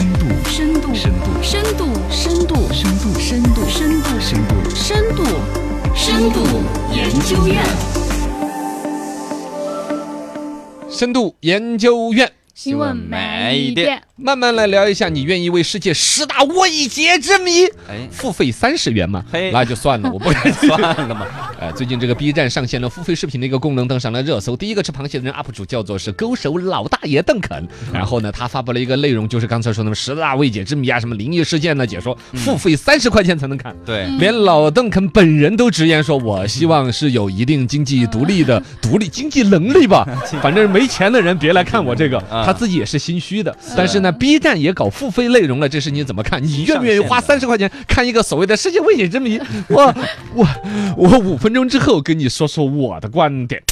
深度，深度，深度，深度，深度，深度，深度，深度，深度，深度研究院，深度研究院。新闻买一 点，慢慢来聊一下，你愿意为世界十大未解之谜哎，付费三十元吗？嘿那就算了，我 不敢算了嘛，呃，最近这个 B 站上线了付费视频的一个功能，登上了热搜。第一个吃螃蟹的人 UP 主叫做是勾手老大爷邓肯，嗯然后呢，他发布了一个内容，就是刚才说的十大未解之谜啊，什么灵异事件呢、解说，嗯付费三十块钱才能看。对，嗯连老邓肯本人都直言说：“我希望是有一定经济独立嗯的独立经济能力 吧，反正没钱的人别来看我这个。”嗯他自己也是心虚的。但是呢，B 站也搞付费内容了，这事你怎么看？你愿不愿意花上线三十块钱看一个所谓的世界未解之 谜？我我我五分钟之后跟你说说我的观点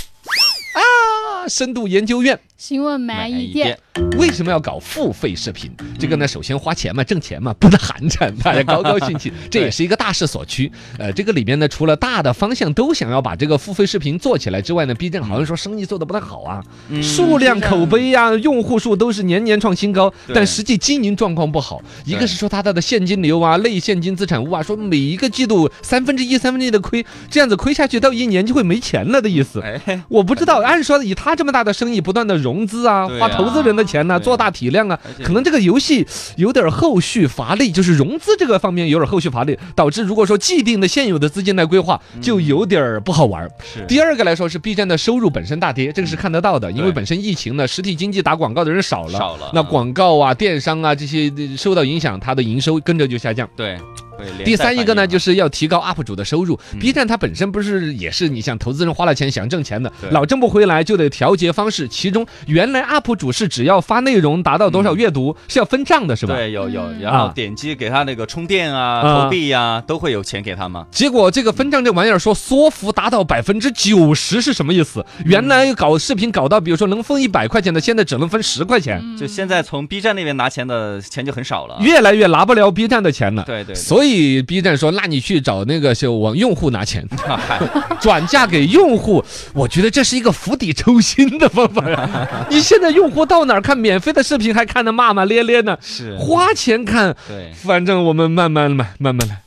啊！深度研究院新闻买一点，，为什么要搞付费视频？这个呢，嗯首先花钱嘛，挣钱嘛，不能寒碜， 大家高高 兴兴，这也是一个大势所趋。呃，这个里面呢，除了大的方向都想要把这个付费视频做起来之外呢，B 站好像说生意做得不太好啊，嗯啊数量、口碑呀、用户数都是年年创新高，对但实际经营状况不好。一个对是说它的现金流啊、类现金资产物啊，说每一个季度三分之一、三分之一的亏，这样子亏下去到一年就会没钱了的意思。哎，我不知道，按说以他这么大的生意，不断的融资啊，对花啊投资人的钱呐，对啊做大体量啊而，且可能这个游戏有点后续乏力，就是融资这个方面有点后续乏力，导致如果说既定的现有的资金来规划，嗯就有点儿不好玩儿。是第二个来说是 B 站的收入本身大跌，这嗯个是看得到的，因为对本身疫情呢，实体经济打广告的人少了，少了那广告啊、电商啊这些呃受到影响，它的营收跟着就下降。对，会连带嗯第三一个呢，反应就嘛是要提高 UP 主的收入。嗯 B 站它本身不是也是你想投资人花了钱想挣钱的，对老挣不回来就得调节方式。其中原来 UP 主是只要发内容达到多少阅读是要分账的，是吧？嗯对，有有，嗯然后啊点击给他那个充电啊啊、投币呀，都会有钱给他嘛。结果这个分账这玩意儿说缩幅达到百分之九十是什么意思？嗯原来搞视频搞到比如说能分一百块钱的，现在只能分十块嗯钱，就现在从 B 站那边拿钱的钱就很少了。越来越拿不了 B 站的钱了。对对，所以 B 站说，那你去找那个就往用户拿 钱，对嗨转嫁给用户，我觉得这是一个釜底抽薪的方法 呀。你现在用户到哪儿看免费的视频，还看得骂骂咧咧呢？是，花钱看，哦对，反正我们慢慢来，慢慢来。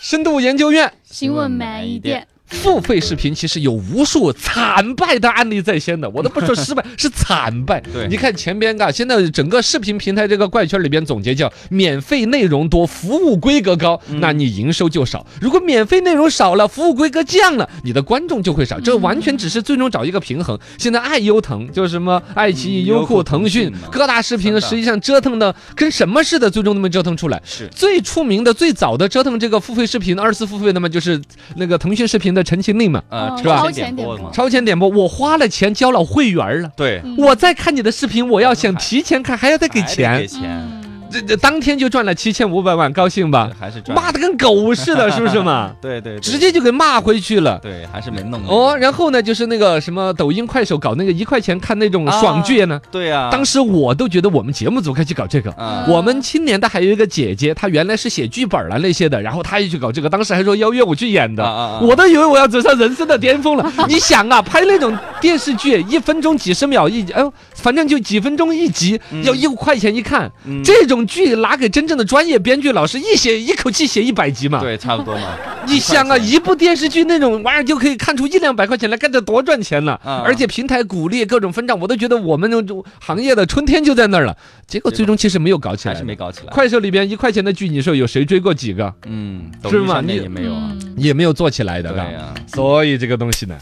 深度研究院新闻买一点，付费视频其实有无数惨败的案例在先的，我都不说失 败，是惨败。对你看前边啊，现在整个视频平台这个怪圈里边总结叫免费内容多，服务规格高，那你营收就少。如果免费内容少了，服务规格降了，你的观众就会少。这完全只是最终找一个平衡。现在爱优腾就是什么爱奇艺、嗯优优酷、酷腾讯腾讯嘛各大视频，三大实际上折腾的跟什么似的，最终都没折腾出来。是最出名的、最早的折腾这个付费视频、二次付费的嘛，就是那个腾讯视频的《陈情令》嘛。呃，是吧超超前前点播点嘛播。超前点播，我花了钱交了会员了，对，嗯我再看你的视频，我要想提前看，还要再给还得给钱，钱，嗯这这当天就赚了七千五百万，高兴吧？还是 赚？骂的跟狗似的，是不是嘛对 对，对嗯直接就给骂回去了。对，还是没弄哦，然后呢，就是那个什么抖音、快手搞那个一块钱看那种爽剧呢，对啊，当时我都觉得我们节目组该去搞这个。啊，我们青年的还有一个姐姐，她原来是写剧本了那些的，然后她也去搞这个，当时还说邀约我去演的，啊啊啊我都以为我要走上人生的巅峰了。你想啊，拍那种电视剧，一分钟几十秒一集，哎呦，反正就几分钟一集，嗯要一块钱一看，嗯这种剧拿给真正的专业编剧老师一写一口气写一百集嘛。对差不多嘛。你想啊，一块 钱一部电视剧那种玩意儿就可以看出一两百块钱来，该得多赚钱了！啊而且平台鼓励各种分账，我都觉得我们这种行业的春天就在那儿了。结果最终其实没有搞起来还，是没搞起来。快手里边一块钱的剧，你说有谁追过几个？嗯，是抖音吗上面你也没有啊。嗯也没有做起来的对啊吧，呀，所以这个东西呢，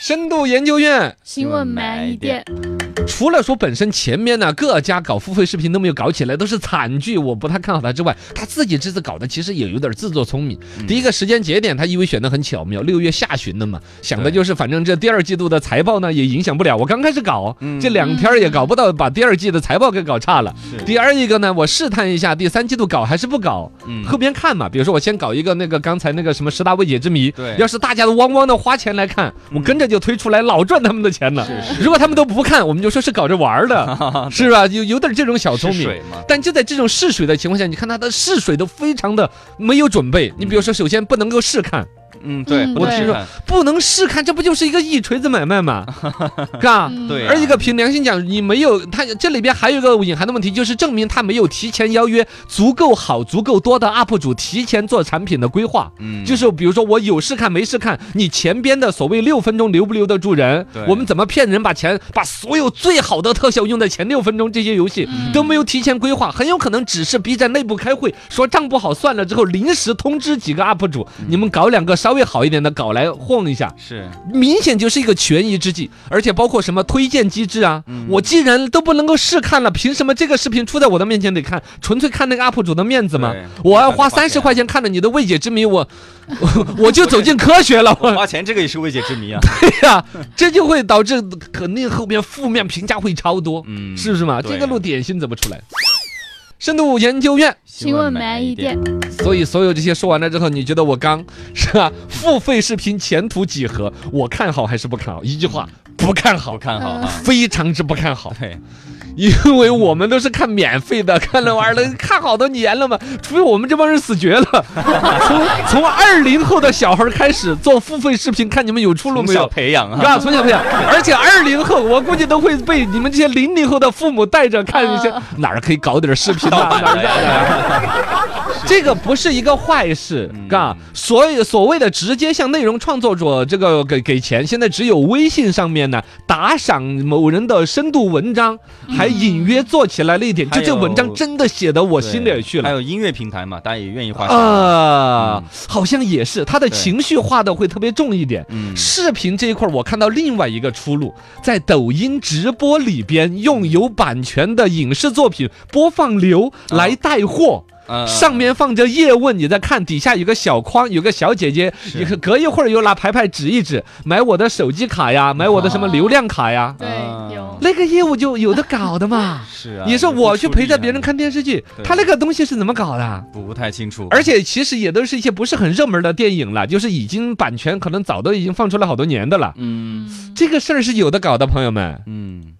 深度研究院新闻买一点，除了说本身前面呢各家搞付费视频都没有搞起来，都是惨剧，我不太看好它之外，他自己这次搞的其实也有点自作聪明。嗯第一个时间节点，他因为选的很巧妙，六月下旬的嘛，想的对就是反正这第二季度的财报呢也影响不了，我刚开始搞，嗯这两天儿也搞不到把第二季的财报给搞差了。是第二一个呢，我试探一下第三季度搞还是不搞，嗯后边看嘛。比如说我先搞一个那个刚才那个什么十大未解之谜，对嗯要是大家都汪汪的花钱来看，我跟着就推出来老赚他们的钱了。如果他们都不看，我们就说是搞着玩儿的， 是吧？有有点这种小聪是明。水嘛，但就在这种试水的情况下，你看他的试水都非常的没有准备。你比如说，首先不能够试看，嗯，嗯不能对试看不能试看，这不就是一个一锤子买卖 吗？嘎。嗯对啊而一个凭良心讲，你没有他这里边还有一个隐含的问题，就是证明他没有提前邀约足够好、足够多的 UP 主提前做产品的规划。嗯，就是比如说我有事看没事看，你前边的所谓六分钟留不留得住人对？我们怎么骗人把钱把所有最好的特效用在前六分钟？这些游戏嗯都没有提前规划，很有可能只是 B 站内部开会说账不好算了之后，临时通知几个 UP 主，嗯你们搞两个稍微好一点的搞来晃一下。是明显就是一个权宜之计，而且包括什么推荐机制啊，嗯我既然都不能够试看了，凭什么这个视频出在我的面前得看？纯粹看那个 UP 主的面子吗对？我要花看着花三钱十块钱看了你的未解之谜，我 我我就走进科学了，我我花钱这个也是未解之 谜啊。对 呀，这就会导致肯定后边负面评价会超多，嗯，是不是嘛？对这个路点心怎么出来？深度研究院，新闻买一点，，所以所有这些说完了之后，你觉得我刚 是吧？付费视频前途几何？我看好还是不看好？一句话，不看好好。看好哈。非常之不看好，对，因为我们都是看免费的， 看了玩儿了，看好多年了嘛。除非我们这帮人死绝了，从从二零后的小孩儿开始做付费视频，看你们有 出路从没小有？培养 啊，啊，从小培养，而且二零后，我估计都会被你们这些零零后的父母带着看一些呃 哪儿可以搞点视频盗啊，版哪儿的呀， 这个不是一个坏事，嗯嘎。所以所谓的直接向内容创作者这个给给钱，现在只有微信上面呢打赏某人的深度文章，还隐约做起来了一点。还就有这文章真的写的我心里去还了。有音乐平台嘛，大家也愿意花钱。啊嗯，好像也是，他的情绪化的会特别重一点。嗯，视频这一块儿，我看到另外一个出路，在抖音直播里边用有版权的影视作品播放啊流来带货。呃上面放着叶问，你在看，底下有个小框，有个小姐姐，是你可隔一会儿又拿牌牌指一指，买我的手机卡呀，买我的什么流量卡呀，对啊，。有那个业务就有的搞的嘛 是啊，你说我去陪着别人看，看电视剧，对他那个东西是怎么搞的？不太清楚，而且其实也都是一些不是很热门的电影了，就是已经版权可能早都已经放出来好多年的了。嗯这个事儿是有的搞的，朋友们。嗯，